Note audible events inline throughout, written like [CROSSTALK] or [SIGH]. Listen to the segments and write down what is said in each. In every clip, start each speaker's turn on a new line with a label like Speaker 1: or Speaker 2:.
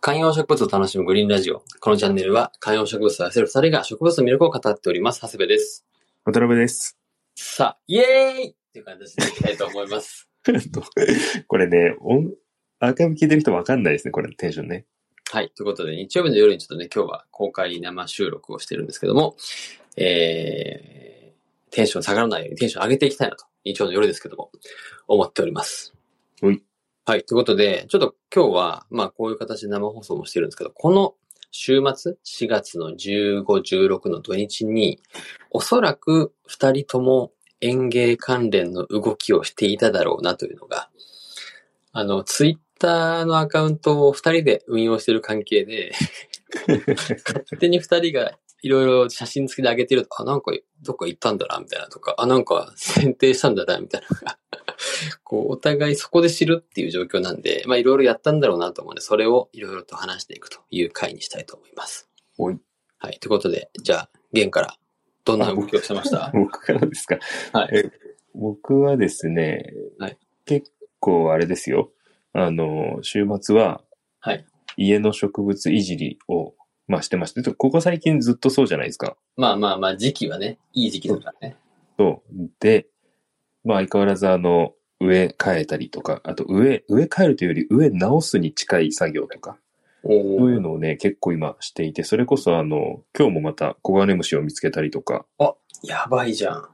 Speaker 1: 観葉植物を楽しむグリーンラジオ。このチャンネルは観葉植物を愛せる二人が植物の魅力を語っております。長谷部です。
Speaker 2: 渡辺です。
Speaker 1: さあ、イエーイっていう感じでいきたいと思います。
Speaker 2: これね、音、アーカイブ聞いてる人わかんないですね、これ、テンションね。
Speaker 1: はい。ということで、日曜日の夜にちょっとね、今日は公開生収録をしてるんですけども、えー、テンション下がらないようにテンション上げていきたいなと、日曜の夜ですけども、思っております。
Speaker 2: ほい。
Speaker 1: はい。ということで、ちょっと今日は、まあ、こういう形で生放送もしてるんですけど、この週末、4月の15、16の土日に、おそらく二人とも園芸関連の動きをしていただろうなというのが、あの、ツイッターのアカウントを二人で運用してる関係で、勝手に二人がいろいろ写真付きで上げてると、あ、なんかどっか行ったんだな、みたいなとか、あ、なんか選定したんだな、みたいなのが、こう、お互いそこで知るっていう状況なんで、まあいろいろやったんだろうなと思うんで、それをいろいろと話していくという回にしたいと思います。
Speaker 2: おい。
Speaker 1: はい、ということで、じゃあ、ゲンから、どんな動きをしてま
Speaker 2: [LAUGHS]
Speaker 1: した
Speaker 2: 僕からですか。
Speaker 1: はい
Speaker 2: え僕はですね、
Speaker 1: はい
Speaker 2: 結構あれですよ。あの、週末は、
Speaker 1: はい
Speaker 2: 家の植物いじりを、まあしてました。でここ最近ずっとそうじゃないですか。
Speaker 1: まあまあまあ、時期はね、いい時期だからね。
Speaker 2: そう。で、まあ相変わらずあの、植え替えたりとか、あと植え、植え替えるというより植え直すに近い作業とか、
Speaker 1: お
Speaker 2: そう
Speaker 1: ー
Speaker 2: いうのをね、結構今していて、それこそあの、今日もまたコガネムシを見つけたりとか、
Speaker 1: やばいじゃん。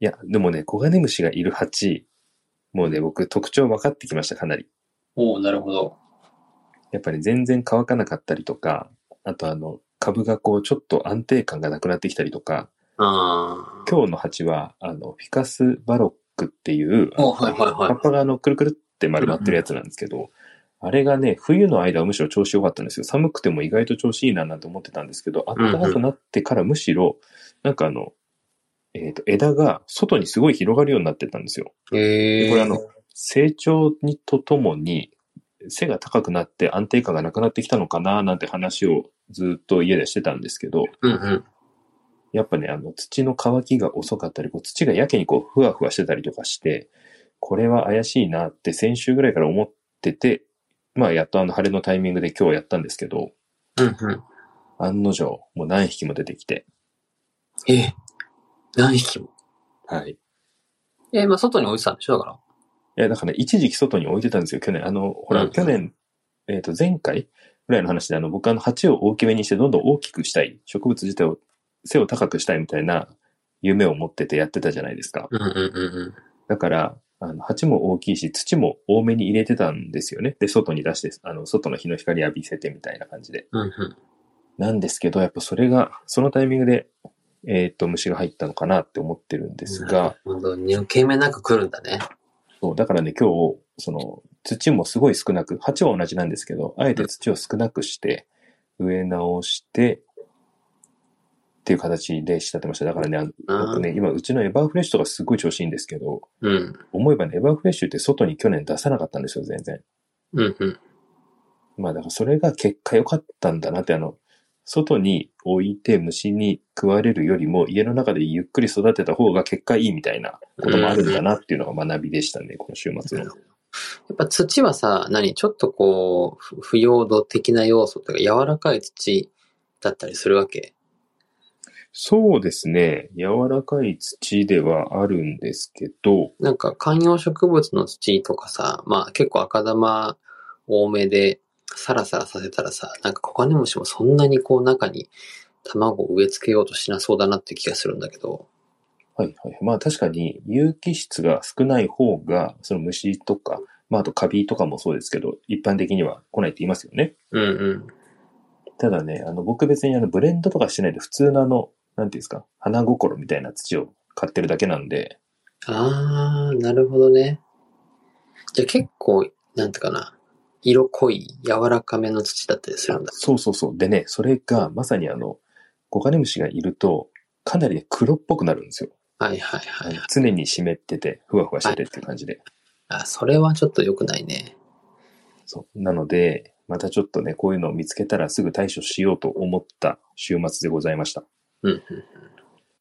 Speaker 2: いや、でもね、コガネムシがいる蜂、もうね、僕特徴分かってきました、かなり。
Speaker 1: おおなるほど。
Speaker 2: やっぱり全然乾かなかったりとか、あとあの、株がこう、ちょっと安定感がなくなってきたりとか、
Speaker 1: あ
Speaker 2: 今日の蜂は、あの、フィカスバロックっていう、
Speaker 1: あ。おはいはい
Speaker 2: 葉
Speaker 1: は
Speaker 2: っぱがあの、くるくるって丸まってるやつなんですけど、あれがね、冬の間はむしろ調子良かったんですよ。寒くても意外と調子いいななんて思ってたんですけど、暖かくなってからむしろ、なんかあの、えっ、と、枝が外にすごい広がるようになってたんですよ。
Speaker 1: い。へ
Speaker 2: でこれあの、成長にとともに、背が高くなって安定感がなくなってきたのかななんて話をずっと家でしてたんですけど、
Speaker 1: うんうん。
Speaker 2: やっぱね、あの、土の乾きが遅かったり、こう土がやけにこう、ふわふわしてたりとかして、これは怪しいなって先週ぐらいから思ってて、まあ、やっとあの、晴れのタイミングで今日やったんですけど、
Speaker 1: うんうん。
Speaker 2: 案の定、もう何匹も出てきて、
Speaker 1: え、何匹も。
Speaker 2: はい。い
Speaker 1: え、まあ、外に置いてたんでしょだから。
Speaker 2: や、だから、ね、一時期外に置いてたんですよ、去年。あの、ほ
Speaker 1: う
Speaker 2: ら、
Speaker 1: ん
Speaker 2: 去年、えっ、と、前回ぐらいの話で、あの、僕あの、鉢を大きめにしてどんどん大きくしたい、植物自体を、背を高くしたいみたいな夢を持っててやってたじゃないですか。
Speaker 1: うんうんうん
Speaker 2: だから、あの、鉢も大きいし、土も多めに入れてたんですよね。で、外に出して、あの、外の日の光浴びせてみたいな感じで。
Speaker 1: うん。うんうん。
Speaker 2: なんですけど、やっぱそれが、そのタイミングで、えーっと、虫が入ったのかなって思ってるんですが、
Speaker 1: ほんと、抜け目なく来るんだね。
Speaker 2: そう、だからね、今日、その、土もすごい少なく、鉢は同じなんですけど、あえて土を少なくして、植え直して、っていう形で仕立てました。だからね、あの僕ね、今、うちのエバーフレッシュとかすごい調子いいんですけど、
Speaker 1: うん。
Speaker 2: 思えばね、エバーフレッシュって外に去年出さなかったんですよ、全然。
Speaker 1: うんうん。
Speaker 2: まあだからそれが結果良かったんだなって、あの、外に置いて虫に食われるよりも家の中でゆっくり育てた方が結果いいみたいなこともあるんだなっていうのが学びでしたね、この週末の。
Speaker 1: やっぱ土はさ、何ちょっとこう、ふ不要度的な要素というか、柔らかい土だったりするわけ。
Speaker 2: そうですね。柔らかい土ではあるんですけど、
Speaker 1: なんか観葉植物の土とかさ、まあ結構赤玉多めでサラサラさせたらさ、なんかコガネムシもそんなにこう中に卵を植え付けようとしなそうだなって気がするんだけど。
Speaker 2: はいはい。まあ確かに有機質が少ない方が、その虫とか、まああとカビとかもそうですけど、一般的には来ないって言いますよね。
Speaker 1: うんうん。
Speaker 2: ただね、あの、僕別にあの、ブレンドとかしてないで、普通のあの、なんていうんですか、花心みたいな土を買ってるだけなんで、
Speaker 1: あー、なるほどね。じゃあ結構、なんていうかな、色濃い柔らかめの土だったりするんだ。
Speaker 2: そうそうそう。でね、それがまさにあの、コガネムシがいると、かなりね黒っぽくなるんですよ。
Speaker 1: はいはいはい、はい。
Speaker 2: 常に湿ってて、ふわふわしててっていう感じで。
Speaker 1: あ、それはちょっと良くないね。
Speaker 2: そう。なので、またちょっとね、こういうのを見つけたらすぐ対処しようと思った週末でございました。
Speaker 1: うん。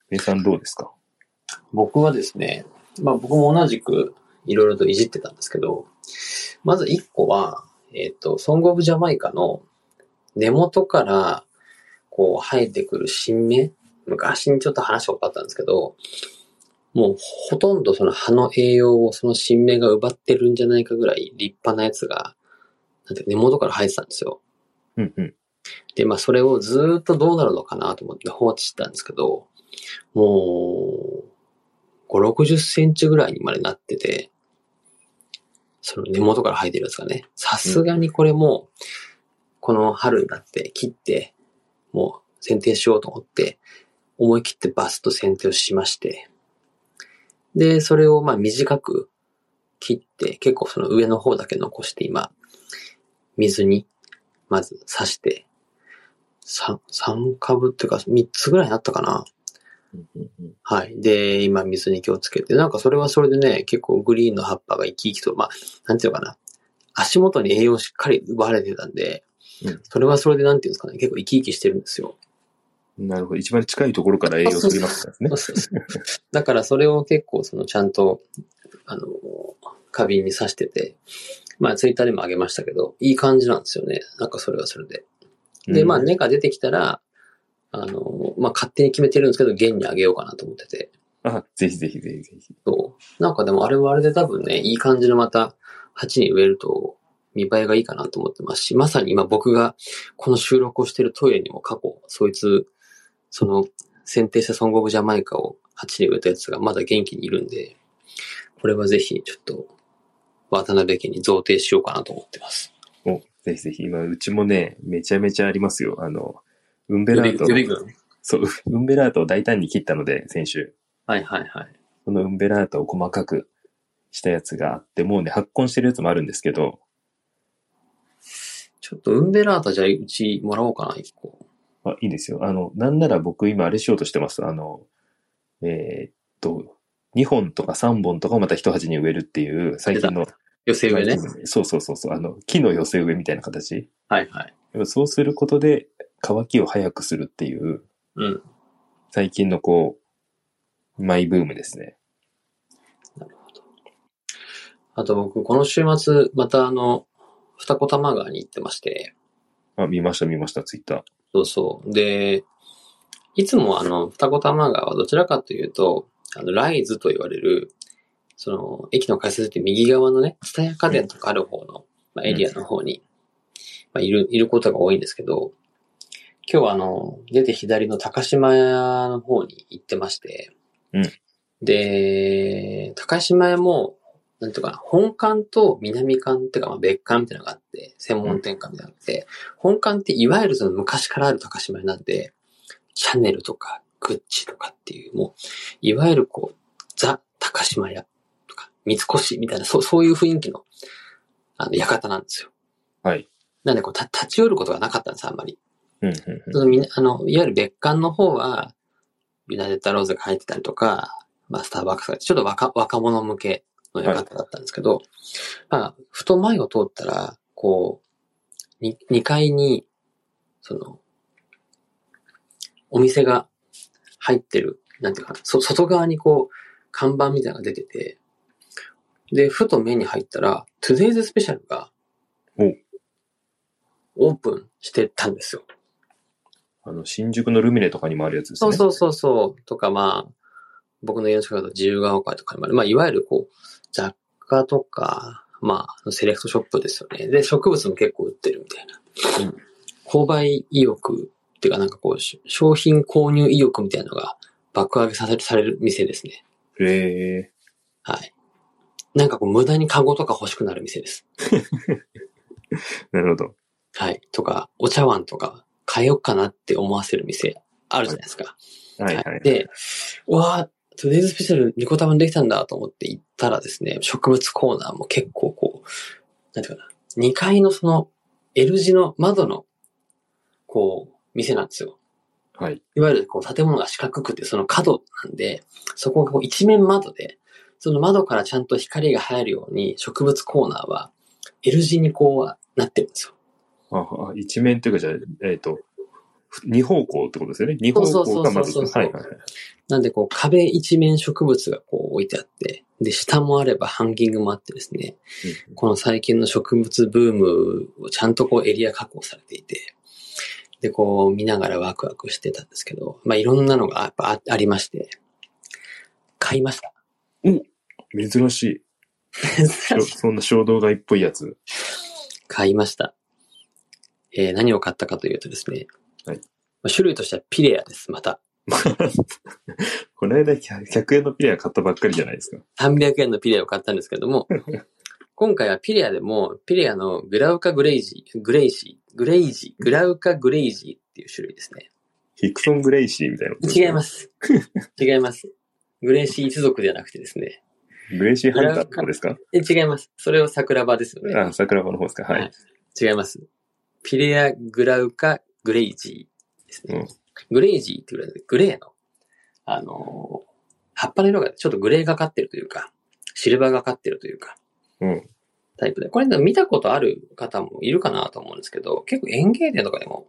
Speaker 2: 皆さんどうですか
Speaker 1: 僕はですね、まあ僕も同じくいろいろといじってたんですけど、まず一個は、えっ、と、ソングオブジャマイカの根元からこう生えてくる新芽、昔にちょっと話したことあったんですけど、もうほとんどその葉の栄養をその新芽が奪ってるんじゃないかぐらい立派なやつが、なんていうか根元から生えてたんですよ。
Speaker 2: うんうん。
Speaker 1: で、まあ、それをずーっとどうなるのかなと思って放置してたんですけど、もう、5、60センチぐらいにまでなってて、その根元から生えてるやつがね、さすがにこれも、この春になって切って、もう剪定しようと思って、思い切ってバスッと剪定をしまして、で、それをまあ短く切って、結構その上の方だけ残して今、水にまず刺して、三、三株っていうか、三つぐらいになったかな。
Speaker 2: うんうんうん
Speaker 1: はい。で、今水に気をつけて、なんかそれはそれでね、結構グリーンの葉っぱが生き生きと、まあ、なんていうのかな。足元に栄養をしっかり奪われてたんで、
Speaker 2: うん
Speaker 1: それはそれでなんていうんですかね、結構生き生きしてるんです
Speaker 2: [LAUGHS]
Speaker 1: よ。
Speaker 2: なるほど。一番近いところから栄養を取りますからね。
Speaker 1: [LAUGHS] だからそれを結構そのちゃんと、あの、花瓶に刺してて、まあツイッターでもあげましたけど、いい感じなんですよね。なんかそれはそれで。で、
Speaker 2: うん
Speaker 1: まあ、根が出てきたら、あの、まあ、勝手に決めてるんですけど、弦にあげようかなと思ってて。
Speaker 2: あ、ぜひぜひぜひぜひ。
Speaker 1: そう。なんかでもあれはあれで多分ね、いい感じのまた鉢に植えると見栄えがいいかなと思ってますし、まさに今僕がこの収録をしてるトイレにも過去、そいつ、その選定したソングオブジャマイカを鉢に植えたやつがまだ元気にいるんで、これはぜひちょっと渡辺家に贈呈しようかなと思ってます。
Speaker 2: お、ぜひぜひ。今、うちもね、めちゃめちゃありますよ。あの、ウンベラート。
Speaker 1: 軍
Speaker 2: そう、ウンベラートを大胆に切ったので、先週。
Speaker 1: はいはいはい。
Speaker 2: そのウンベラータを細かくしたやつがあって、もうね、発根してるやつもあるんですけど、
Speaker 1: ちょっとウンベラータじゃあうちもらおうかな、一個。
Speaker 2: あ、いいですよ。あの、なんなら僕今あれしようとしてます。あの、えーっと、2本とか3本とかをまた一鉢に植えるっていう、最近の。
Speaker 1: 寄せ植えね。
Speaker 2: そうそうそうそう。あの、木の寄せ植えみたいな形。
Speaker 1: はいはい。
Speaker 2: やっぱそうすることで、乾きを早くするっていう、
Speaker 1: うん。
Speaker 2: 最近のこう、マイブームですね。
Speaker 1: あと僕、この週末、またあの、二子玉川に行ってまして、
Speaker 2: あ、見ました見ました、ツイッター。
Speaker 1: そうそう。で、いつもあの、二子玉川はどちらかというと、あの、ライズと言われる、その、駅の改札って右側のね、蔦屋家電とかある方の、まあ、エリアの方に、まあ、いる、いることが多いんですけど、今日はあの、出て左の高島屋の方に行ってまして、
Speaker 2: うん
Speaker 1: で、高島屋も、なんていうかな、本館と南館っていうか、まあ、別館みたいなのがあって、専門店館みたいなのがあって、本館っていわゆるその昔からある高島屋なんで、シャネルとか、グッチとかっていう、もう、いわゆるこう、ザ・高島屋とか、三越みたいな、そう、そういう雰囲気の、あの、館なんですよ。
Speaker 2: はい。
Speaker 1: なんで、こう、た立ち寄ることがなかったんです、あんまり。
Speaker 2: うん、うん、うん。
Speaker 1: そのみんなあの、いわゆる別館の方は、ユナイテッドアローズが入ってたりとか、まあ、スターバックスが、ちょっと若若者向けの館だったんですけど、まあ、ふと前を通ったら、こう、に2階に、その、お店が入ってる、なんていうかな、そ外側にこう、看板みたいなのが出てて、で、ふと目に入ったら、トゥデイズスペシャルが
Speaker 2: お、
Speaker 1: オープンしてたんですよ。
Speaker 2: あの、新宿のルミネとかにもあるやつです
Speaker 1: そ
Speaker 2: ね。
Speaker 1: うそうそうそう。とかまあ、僕の家の近くだと自由が丘とかにもある。まあ、いわゆるこう、雑貨とか、まあ、セレクトショップですよね。で、植物も結構売ってるみたいな。
Speaker 2: うん
Speaker 1: 購買意欲っていうかなんかこう、し商品購入意欲みたいなのが爆上げさせされる店ですね。
Speaker 2: へえ
Speaker 1: はい。なんかこう、無駄にカゴとか欲しくなる店です。
Speaker 2: なるほど。
Speaker 1: はい。とか、お茶碗とか、変えようかなって思わせる店あるじゃないですか。
Speaker 2: はいはい。
Speaker 1: で、うわー、トゥデイズスペシャルニコタマにできたんだと思って行ったらですね、植物コーナーも結構こう、なんていうかな、2階のその L 字の窓の、こう、店なんですよ。
Speaker 2: はい。
Speaker 1: いわゆるこう建物が四角くて、その角なんで、そこがこう一面窓で、その窓からちゃんと光が入るように植物コーナーは L 字にこうなってるんですよ。
Speaker 2: ああ一面というか、じゃあ、えっ、と、二方向ってことですよね。二方向がまず。
Speaker 1: そうそうそうそう
Speaker 2: はいはいはい。
Speaker 1: なんでこう壁一面植物がこう置いてあって、で、下もあればハンギングもあってですね、この最近の植物ブームをちゃんとこうエリア確保されていて、で、こう見ながらワクワクしてたんですけど、まあいろんなのがやっぱあありまして、買いました。 [LAUGHS]
Speaker 2: うん珍しい。しょそんな衝動買いっぽいやつ。
Speaker 1: 買いました。えー何を買ったかというとですね、
Speaker 2: はい
Speaker 1: まあ種類としてはピレアです、また。
Speaker 2: この間100 100円のピレア買ったばっかりじゃないですか。
Speaker 1: 300円のピレアを買ったんですけど
Speaker 2: [LAUGHS]
Speaker 1: も、今回はピレアでも、ピレアのグラウカグレイジー、グレイシー、グレイジー、グラウカグレイジーっていう種類ですね。
Speaker 2: ヒクソン・グレイシーみたいなことですね
Speaker 1: 違い
Speaker 2: [LAUGHS]
Speaker 1: ます。違います。グレイシー一族じゃなくてですね。
Speaker 2: グレイシー・ハンターの方ですか
Speaker 1: え違います。それを桜庭ですよね。
Speaker 2: あ、桜庭の方ですか。は
Speaker 1: はいい。違います。ピレアグラウカグレイジーですね。
Speaker 2: うん
Speaker 1: グレイジーって言われて、グレーの、あのー葉っぱの色がちょっとグレーがかってるというか、シルバーがかってるというか、
Speaker 2: うん。
Speaker 1: タイプで。これでも見たことある方もいるかなと思うんですけど、結構園芸店とかでも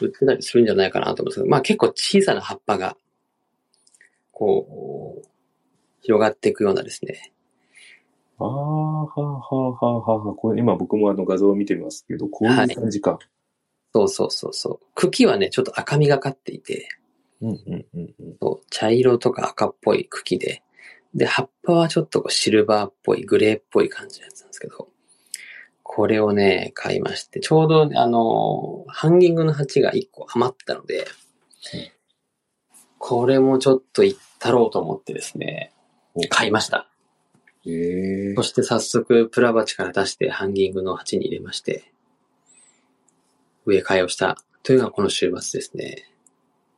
Speaker 1: 売ってたりするんじゃないかなと思うんですけど、まあ結構小さな葉っぱが、こう、広がっていくようなですね。
Speaker 2: ああ、はあ、はあ、はあ、はあ。これ今僕もあの画像を見てますけど、こういう感じか。
Speaker 1: そうそうそうそう。茎はね、ちょっと赤みがかっていて、
Speaker 2: うん、うん、うんうん。
Speaker 1: そう茶色とか赤っぽい茎で、で、葉っぱはちょっとこうシルバーっぽい、グレーっぽい感じのやつなんですけど、これをね、買いまして、ちょうど、あの、ハンギングの鉢が1個余ったので
Speaker 2: うん、
Speaker 1: これもちょっといったろうと思ってですね、買いました。
Speaker 2: ええ
Speaker 1: そして早速、プラ鉢から出してハンギングの鉢に入れまして、植え替えをしたというのがこの週末ですね。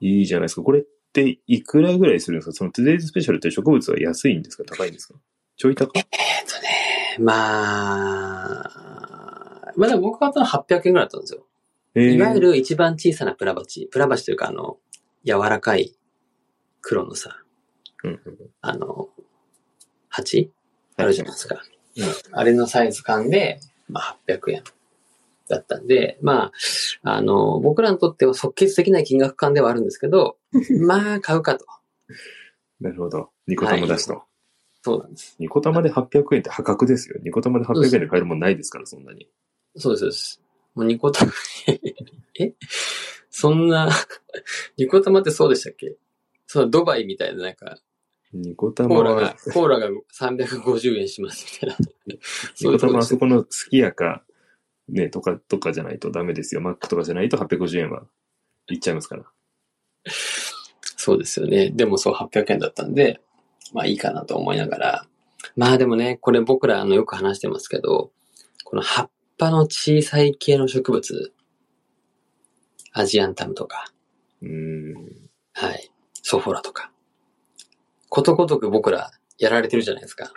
Speaker 2: いいじゃないですか。これっていくらぐらいするんですかそのトゥデイズスペシャルって植物は安いんですか高いんですかちょい高い
Speaker 1: えっとね、まあ、まあでも僕が買ったのは800円ぐらいだったんですよ。
Speaker 2: えー
Speaker 1: いわゆる一番小さなプラ鉢、プラ鉢というかあの、柔らかい黒のさ、
Speaker 2: うん
Speaker 1: あの、鉢あるじゃないですか。
Speaker 2: うん
Speaker 1: あれのサイズ感で、まあ800円だったんで、まあ、あの、僕らにとっては即決できない金額感ではあるんですけど、まあ買うかと。
Speaker 2: なるほど。ニコ玉出しと。
Speaker 1: そうなんです。
Speaker 2: ニコ玉で800円って破格ですよ。ニコ玉で800円で買えるもんないですから、そんなに。
Speaker 1: そうです、そうです。もうニコ玉、 [LAUGHS] えそんな、ニコ玉ってそうでしたっけそのドバイみたいな、なんか、
Speaker 2: ニコ
Speaker 1: コ
Speaker 2: 玉
Speaker 1: ーラが
Speaker 2: は、、
Speaker 1: コーラが350円しますみたいな。
Speaker 2: [LAUGHS] ニ
Speaker 1: そういう
Speaker 2: コ
Speaker 1: とこ
Speaker 2: 玉
Speaker 1: で
Speaker 2: は
Speaker 1: した
Speaker 2: そこのすき家か、ね、とか、とかじゃないとダメですよ。マックとかじゃないと850円はいっちゃいますから。
Speaker 1: そうですよね。でもそう800円だったんで、まあいいかなと思いながら。まあでもね、これ僕らあのよく話してますけど、この葉っぱの小さい系の植物、アジアンタムとか、
Speaker 2: うーん。
Speaker 1: はい。ソフォラとか。ことごとく僕らやられてるじゃないですか。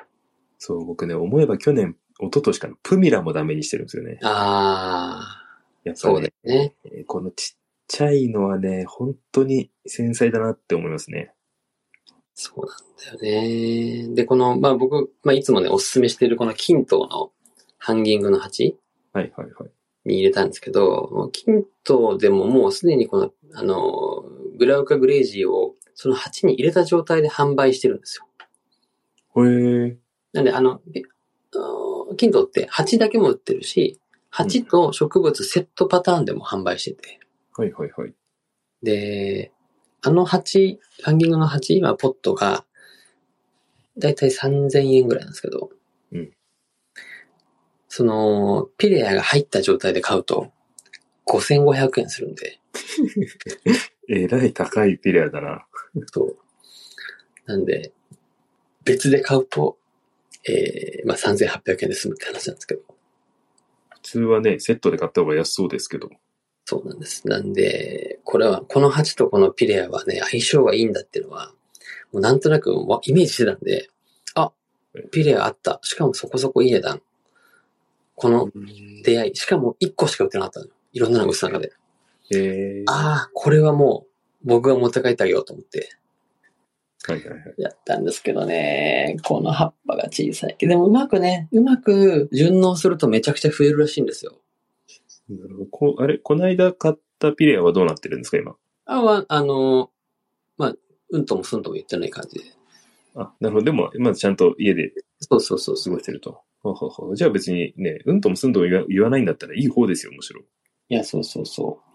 Speaker 2: そう、僕ね、思えば去年、一昨年からプミラもダメにしてるんですよね。
Speaker 1: ああ、
Speaker 2: やっぱ
Speaker 1: そう
Speaker 2: り、
Speaker 1: で
Speaker 2: ね
Speaker 1: すね。
Speaker 2: えーこのちっちゃいのはね、本当に繊細だなって思いますね。
Speaker 1: そうなんだよね。で、この、まあ僕、まあいつもね、おすすめしてるこの金刀のハンギングの鉢
Speaker 2: はいはいはい。
Speaker 1: に入れたんですけど、もう金刀でももうすでにこの、あの、グラウカグレイジーをその鉢に入れた状態で販売してるんですよ。
Speaker 2: ほえー。
Speaker 1: なんで、あの、えあの金刀って鉢だけも売ってるし、鉢と植物セットパターンでも販売してて。
Speaker 2: はいはいはい。
Speaker 1: で、あの鉢、ハンギングの鉢、今ポットが、だいたい3000円ぐらいなんですけど、
Speaker 2: うん
Speaker 1: その、ピレアが入った状態で買うと、5500円するんで、
Speaker 2: えらい高いピレアだな。
Speaker 1: そう。なんで、別で買うと、えー、まあ、3800円で済むって話なんですけど、
Speaker 2: 普通はね、セットで買った方が安そうですけど。
Speaker 1: そうなんです。なんで、これは、この鉢とこのピレアはね、相性がいいんだっていうのは、もうなんとなくわイメージしてたんで、あ、ピレアあった。しかもそこそこいい値段。この出会い、しかも1個しか売ってなかったのよ。いろんなのが売ってた中で。
Speaker 2: えー。は
Speaker 1: ああ、これはもう僕が持って帰ってあげようと思って
Speaker 2: いはいはい。
Speaker 1: やったんですけどね、この葉っぱが小さい。でもうまくね、うまく順応するとめちゃくちゃ増えるらしいんですよ。
Speaker 2: なるほどこあれ、この間買っターピレアはどうなってるんですか、今。
Speaker 1: あは、あの、まあ、うんともすんとも言ってない感じで。
Speaker 2: あ、なるほど。でも、まずちゃんと家で
Speaker 1: そうそうそう
Speaker 2: 過
Speaker 1: そう。
Speaker 2: ごしてると。ほうほうほうじゃあ別にね、うんともすんとも言わ言わないんだったらいい方ですよ、むしろ。
Speaker 1: いや、そうそうそう。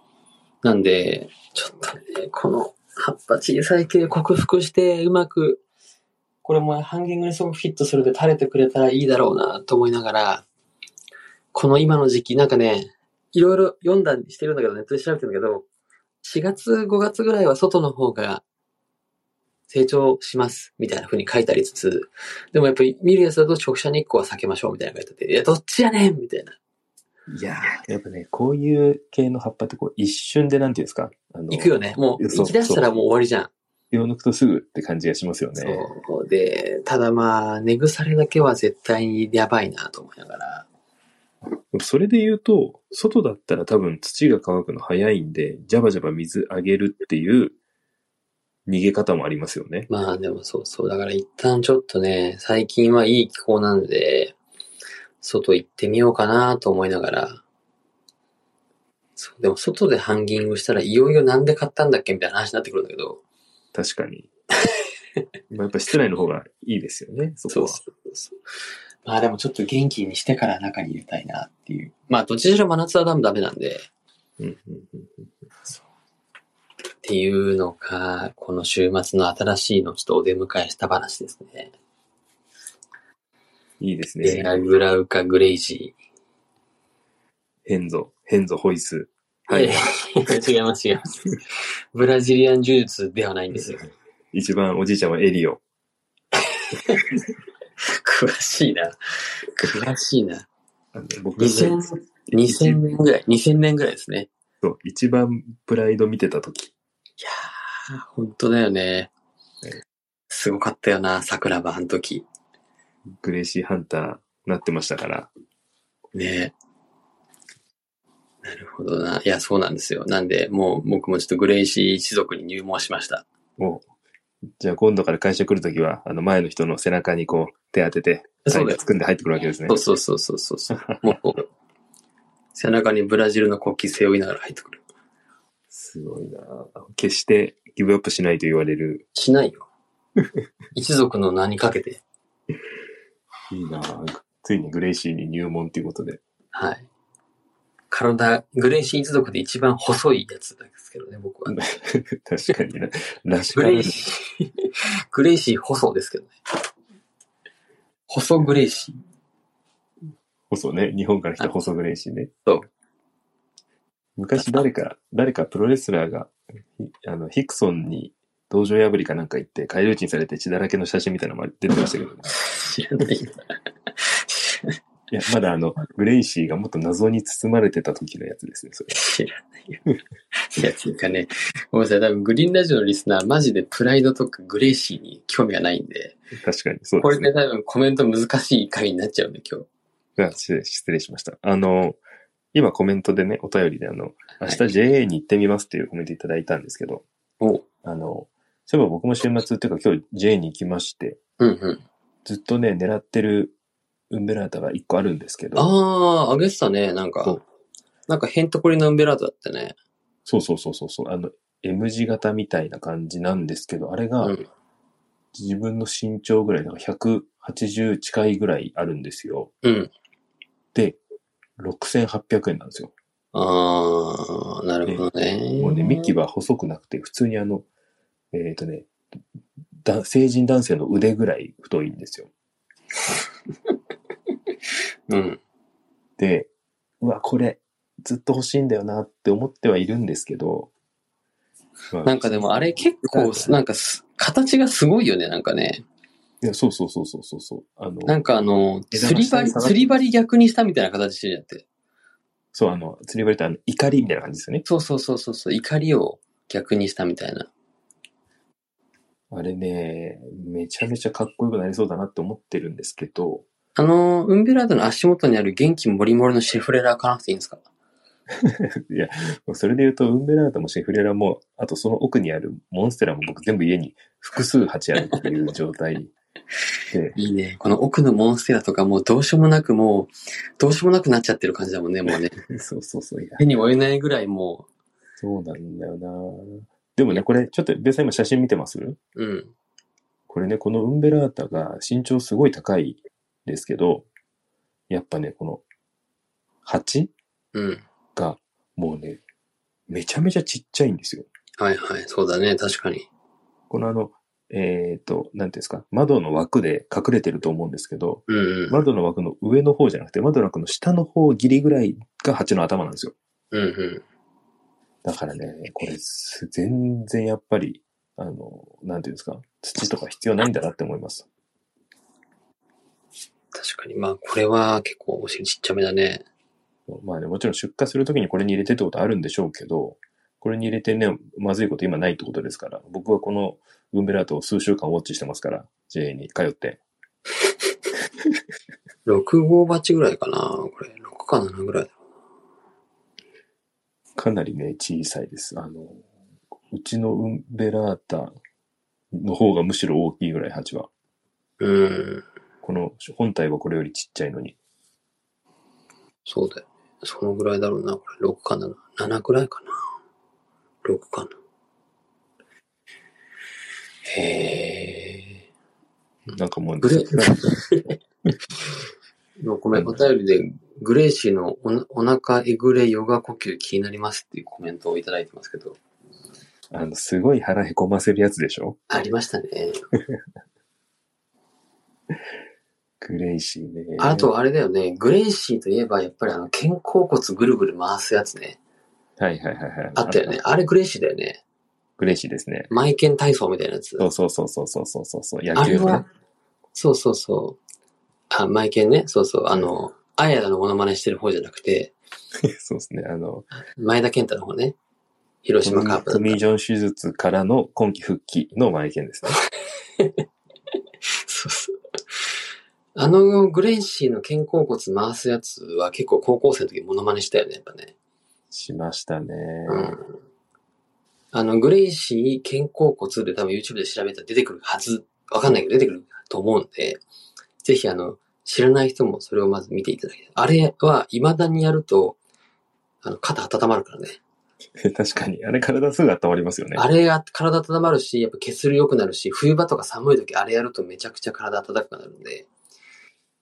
Speaker 1: なんで、ちょっとね、この葉っぱ小さい系克服して、うまく、これも半減ぐらいすごくフィットするで垂れてくれたらいいだろうなと思いながら、この今の時期、なんかね、いろいろ読んだりしてるんだけど、ネットで調べてるんだけど、4月、5月ぐらいは外の方が成長します、みたいな風に書いてありつつ、でもやっぱり見るやつだと直射日光は避けましょう、みたいなの書いてあって、いや、どっちやねんみたいな。
Speaker 2: いやー、やっぱね、こういう系の葉っぱってこう一瞬でなんていうんですか、あの、
Speaker 1: 行くよね。もう、
Speaker 2: そ
Speaker 1: 行
Speaker 2: う
Speaker 1: き出したらもう終わりじゃん。
Speaker 2: 手を抜くとすぐって感じがしますよね。
Speaker 1: そう。で、ただまあ、寝腐れだけは絶対にやばいなと思いながら。
Speaker 2: それで言うと、外だったら多分土が乾くの早いんで、ジャバジャバ水あげるっていう逃げ方もありますよね。
Speaker 1: まあでもそうそう。だから一旦ちょっとね、最近はいい気候なんで、外行ってみようかなと思いながら。そう、でも外でハンギングしたらいよいよなんで買ったんだっけみたいな話になってくるんだけど。
Speaker 2: 確か [LAUGHS] に。まあやっぱ室内の方がいいですよね、そこは。
Speaker 1: うそう。まあでもちょっと元気にしてから中に入れたいなっていう。まあどっちにしろ真夏はダメダメなんで。
Speaker 2: うんうんうん
Speaker 1: っていうのが、この週末の新しいのちょっとお出迎えした話ですね。
Speaker 2: いいです
Speaker 1: エ
Speaker 2: ね。
Speaker 1: ラグラウカ・グレイジ
Speaker 2: 変ぞ、変ぞホイス。
Speaker 1: ー。
Speaker 2: は
Speaker 1: い。
Speaker 2: い。
Speaker 1: 違います、違います。ブラジリアン柔術ではないんですよ。
Speaker 2: 一番おじいちゃんはエリオ。
Speaker 1: 詳しいな。詳しいな。
Speaker 2: あの僕が
Speaker 1: 2000、2000年ぐらい、2000年ぐらいですね。
Speaker 2: そう一番プライド見てた時。
Speaker 1: いやー、本当だよね
Speaker 2: え。
Speaker 1: すごかったよな、桜庭あの時。
Speaker 2: グレイシーハンターなってましたから。
Speaker 1: ねなるほどな。いや、そうなんですよ。なんで、もう僕もちょっとグレイシー一族に入門しました。
Speaker 2: もう、じゃあ今度から会社来るときは、あの前の人の背中にこう手当てて、
Speaker 1: そうだよ
Speaker 2: つくんで入ってくるわけですね
Speaker 1: そ。うそうそうそうそうそう。もうこう、背中にブラジルの国旗背負いながら入ってくる。
Speaker 2: すごいなあ決してギブアップしないと言われる。
Speaker 1: しない
Speaker 2: [LAUGHS]
Speaker 1: よ。一族の名にかけて。
Speaker 2: いいなあついにグレイシーに入門ということで。 [LAUGHS]
Speaker 1: はい。体、グレイシー一族で一番細いやつなんですけどね、僕は。
Speaker 2: 確かにな。らし
Speaker 1: グ
Speaker 2: から
Speaker 1: レイ
Speaker 2: ぬ。
Speaker 1: シー、 [LAUGHS] グレイシー細ですけどね。細グレイシー。
Speaker 2: 細ね。日本から来た細グレイシーね。
Speaker 1: そう。
Speaker 2: 昔誰か、誰かプロレスラーが、ひあの、ヒクソンに道場破りかなんか行って、返り討ちにされて血だらけの写真みたいなのも出てましたけどね。
Speaker 1: 知らない。
Speaker 2: いや、まだあの、グレイシーがもっと謎に包まれてた時のやつですね、それ。
Speaker 1: 知らないよ。いや、っていうかね、ごめんなさい、多分グリーンラジオのリスナー、マジでプライドとかグレイシーに興味がないんで、
Speaker 2: 確かに、そう
Speaker 1: こ
Speaker 2: で
Speaker 1: れ
Speaker 2: すね
Speaker 1: で。多分コメント難しい回になっちゃうんで、今日。
Speaker 2: あ失礼失礼しました。あの、今コメントでね、お便りであの、
Speaker 1: は
Speaker 2: 明
Speaker 1: い
Speaker 2: 日 JA に行ってみますっていうコメントいただいたんですけど、
Speaker 1: お
Speaker 2: あの、そういえば僕も週末っていうか今日 JA に行きまして、
Speaker 1: うんうん。
Speaker 2: ずっとね、狙ってるウンベラータが一個あるんですけど、
Speaker 1: ああ、あげてたね、なん
Speaker 2: そ
Speaker 1: か
Speaker 2: う。
Speaker 1: なんかヘントコリのウンベラートだったね。
Speaker 2: そうそうそうそうそう、あの、M 字型みたいな感じなんですけど、あれが
Speaker 1: うん。
Speaker 2: 自分の身長ぐらい、なんか180近いぐらいあるんですよ。
Speaker 1: うん。
Speaker 2: で、6800円なんですよ。
Speaker 1: ああ、なるほどね。
Speaker 2: もうね、幹は細くなくて、普通にあの、えっ、とね、だ成人男性の腕ぐらい太いんですよ。
Speaker 1: うん。
Speaker 2: で、うわ、これ、ずっと欲しいんだよなって思ってはいるんですけど、まあ
Speaker 1: なんかでもあれ結構、なんかす、形がすごいよね、なんかね。
Speaker 2: いやそうそうそうそうそうそう。あの、
Speaker 1: なんかあの、
Speaker 2: 枝
Speaker 1: 釣
Speaker 2: が
Speaker 1: り
Speaker 2: 下に
Speaker 1: 針、
Speaker 2: 下がって
Speaker 1: 釣り針逆にしたみたいな形してるやって。
Speaker 2: そう、あの、釣り針ってあの、怒りみたいな感じですよね。
Speaker 1: そうそうそうそうそう、怒りを逆にしたみたいな。
Speaker 2: あれね、めちゃめちゃかっこよくなりそうだなって思ってるんですけど、
Speaker 1: あの、ウンベラードの足元にある元気もりもりのシェフレラー買わなくていいんですか、
Speaker 2: それで言うと、ウンベラータもシェフレラも、あとその奥にあるモンステラも僕全部家に複数鉢あるっていう状 [LAUGHS] 態で
Speaker 1: いいね。この奥のモンステラとかもうどうしようもなくもう、どうしようもなくなっちゃってる感じだもんね、もうね。
Speaker 2: そうそうそう、いや、
Speaker 1: 手に負えないぐらいもう、
Speaker 2: そうなんだよな。でもね、これ、ちょっと、ベイさん今写真見てます
Speaker 1: うん。
Speaker 2: これね、このウンベラータが身長すごい高いですけど、やっぱね、この鉢
Speaker 1: うん。
Speaker 2: がもうね、めちゃめちゃちっちゃいんですよ。
Speaker 1: はいはい。そうだね。確かに。
Speaker 2: このあの、えっ、と、なんていうんですか、窓の枠で隠れてると思うんですけど、
Speaker 1: うんうん。
Speaker 2: 窓の枠の上の方じゃなくて、窓の枠の下の方ギリぐらいが鉢の頭なんですよ。
Speaker 1: うんうん。
Speaker 2: だからね、これす、全然やっぱり、あの、なんていうんですか、土とか必要ないんだなって思います。
Speaker 1: 確かに。まあ、これは結構お尻ちっちゃめだね。
Speaker 2: まあね、もちろん出荷するときにこれに入れてってことあるんでしょうけど、これに入れてね、まずいこと今ないってことですから、僕はこのウンベラートを数週間ウォッチしてますから、JA に通って。
Speaker 1: 6号鉢ぐらいかな。これ、6か7ぐらい。
Speaker 2: かなりね、小さいです。あの、うちのウンベラータの方がむしろ大きいぐらい鉢は。
Speaker 1: うん。
Speaker 2: この本体はこれよりちっちゃいのに。
Speaker 1: そうだよね。そのぐらいだろうな。これ、6か7。7ぐらいかな。6かな。へ
Speaker 2: なんかもう、
Speaker 1: グレー。ごめん、お便りで、グレイシーのおなお腹えぐれヨガ呼吸気になりますっていうコメントをいただいてますけど、
Speaker 2: あの、すごい腹へこませるやつでしょ
Speaker 1: ありましたね。
Speaker 2: グレイシーね。
Speaker 1: [LAUGHS] あと、あれだよね、グレイシーといえば、やっぱりあの、肩甲骨ぐるぐる回すやつね。
Speaker 2: はいはいはいはい。
Speaker 1: あったよね。。あれグレイシーだよね。
Speaker 2: グレイシーですね。
Speaker 1: マイケン体操みたいなやつ。
Speaker 2: そうそうそうそうそうそうそうそう。野
Speaker 1: あれ
Speaker 2: 球の
Speaker 1: は
Speaker 2: ね。、 [LAUGHS]
Speaker 1: そうそうそう。あ、マイケンね。そうそう。あの、アヤダのモノマネしてる方じゃなくて、
Speaker 2: そうですね。あの、
Speaker 1: 前田健太の方ね。広島カープだ
Speaker 2: ト
Speaker 1: っ
Speaker 2: ミー・
Speaker 1: た。
Speaker 2: ジョン手術からの今季復帰の前見ですね。
Speaker 1: そうそう。あの、グレイシーの肩甲骨回すやつは結構高校生の時モノマネしたよね、やっぱね。
Speaker 2: しましたね。
Speaker 1: うん。あの、グレイシー肩甲骨で多分 YouTube で調べたら出てくるはず、わかんないけど出てくると思うんで、ぜひあの、知らない人もそれをまず見ていただきたい。あれは未だにやると、あの、肩温まるからね。
Speaker 2: [LAUGHS] 確かに。あれ体すぐ温まりますよね。
Speaker 1: あれが体温まるし、やっぱ血流良くなるし、冬場とか寒い時あれやるとめちゃくちゃ体温かくなるんで、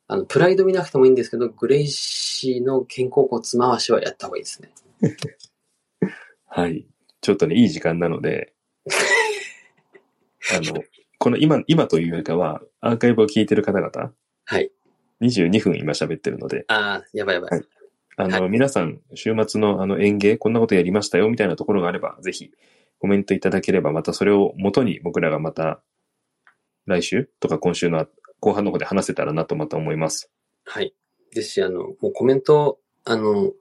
Speaker 1: あの、プライド見なくてもいいんですけど、グレイシーの肩甲骨回しはやった方がいいですね。
Speaker 2: はい。ちょっとね、いい時間なの
Speaker 1: [LAUGHS]
Speaker 2: で、あの、この今、今というよりかは、アーカイブを聞いてる方々、
Speaker 1: はい。
Speaker 2: 22分今喋ってるので、
Speaker 1: ああ、やばいやばい。
Speaker 2: はいあの、
Speaker 1: は
Speaker 2: 皆さん、週末のあの園芸、こんなことやりましたよ、みたいなところがあれば、ぜひ、コメントいただければ、またそれを元に僕らがまた、来週とか今週の後半の方で話せたらなとまた思います。
Speaker 1: はい。ですし、あの、もうコメント、あの、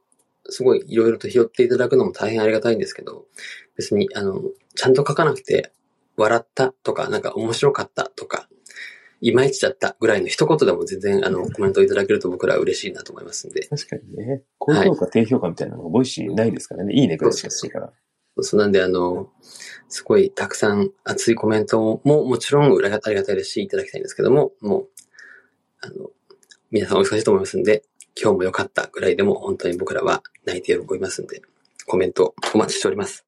Speaker 1: すごいいろいろと拾っていただくのも大変ありがたいんですけど、別に、あの、ちゃんと書かなくて、笑ったとか、なんか面白かったとか、いまいちだったぐらいの一言でも全然、あの、コメントいただけると僕らは嬉しいなと思いますんで。
Speaker 2: 確かにね、高評価、低評価みたいなのがボイシーないですからね、いいねぐらいしかしいから。
Speaker 1: そうそうなんで、あの、すごいたくさん熱いコメントもももちろん裏がありがたいですし、いただきたいんですけども、もう、あの、皆さんお忙しいと思いますんで、今日も良かったぐらいでも本当に僕らは泣いて喜びますんで、コメントお待ちしております。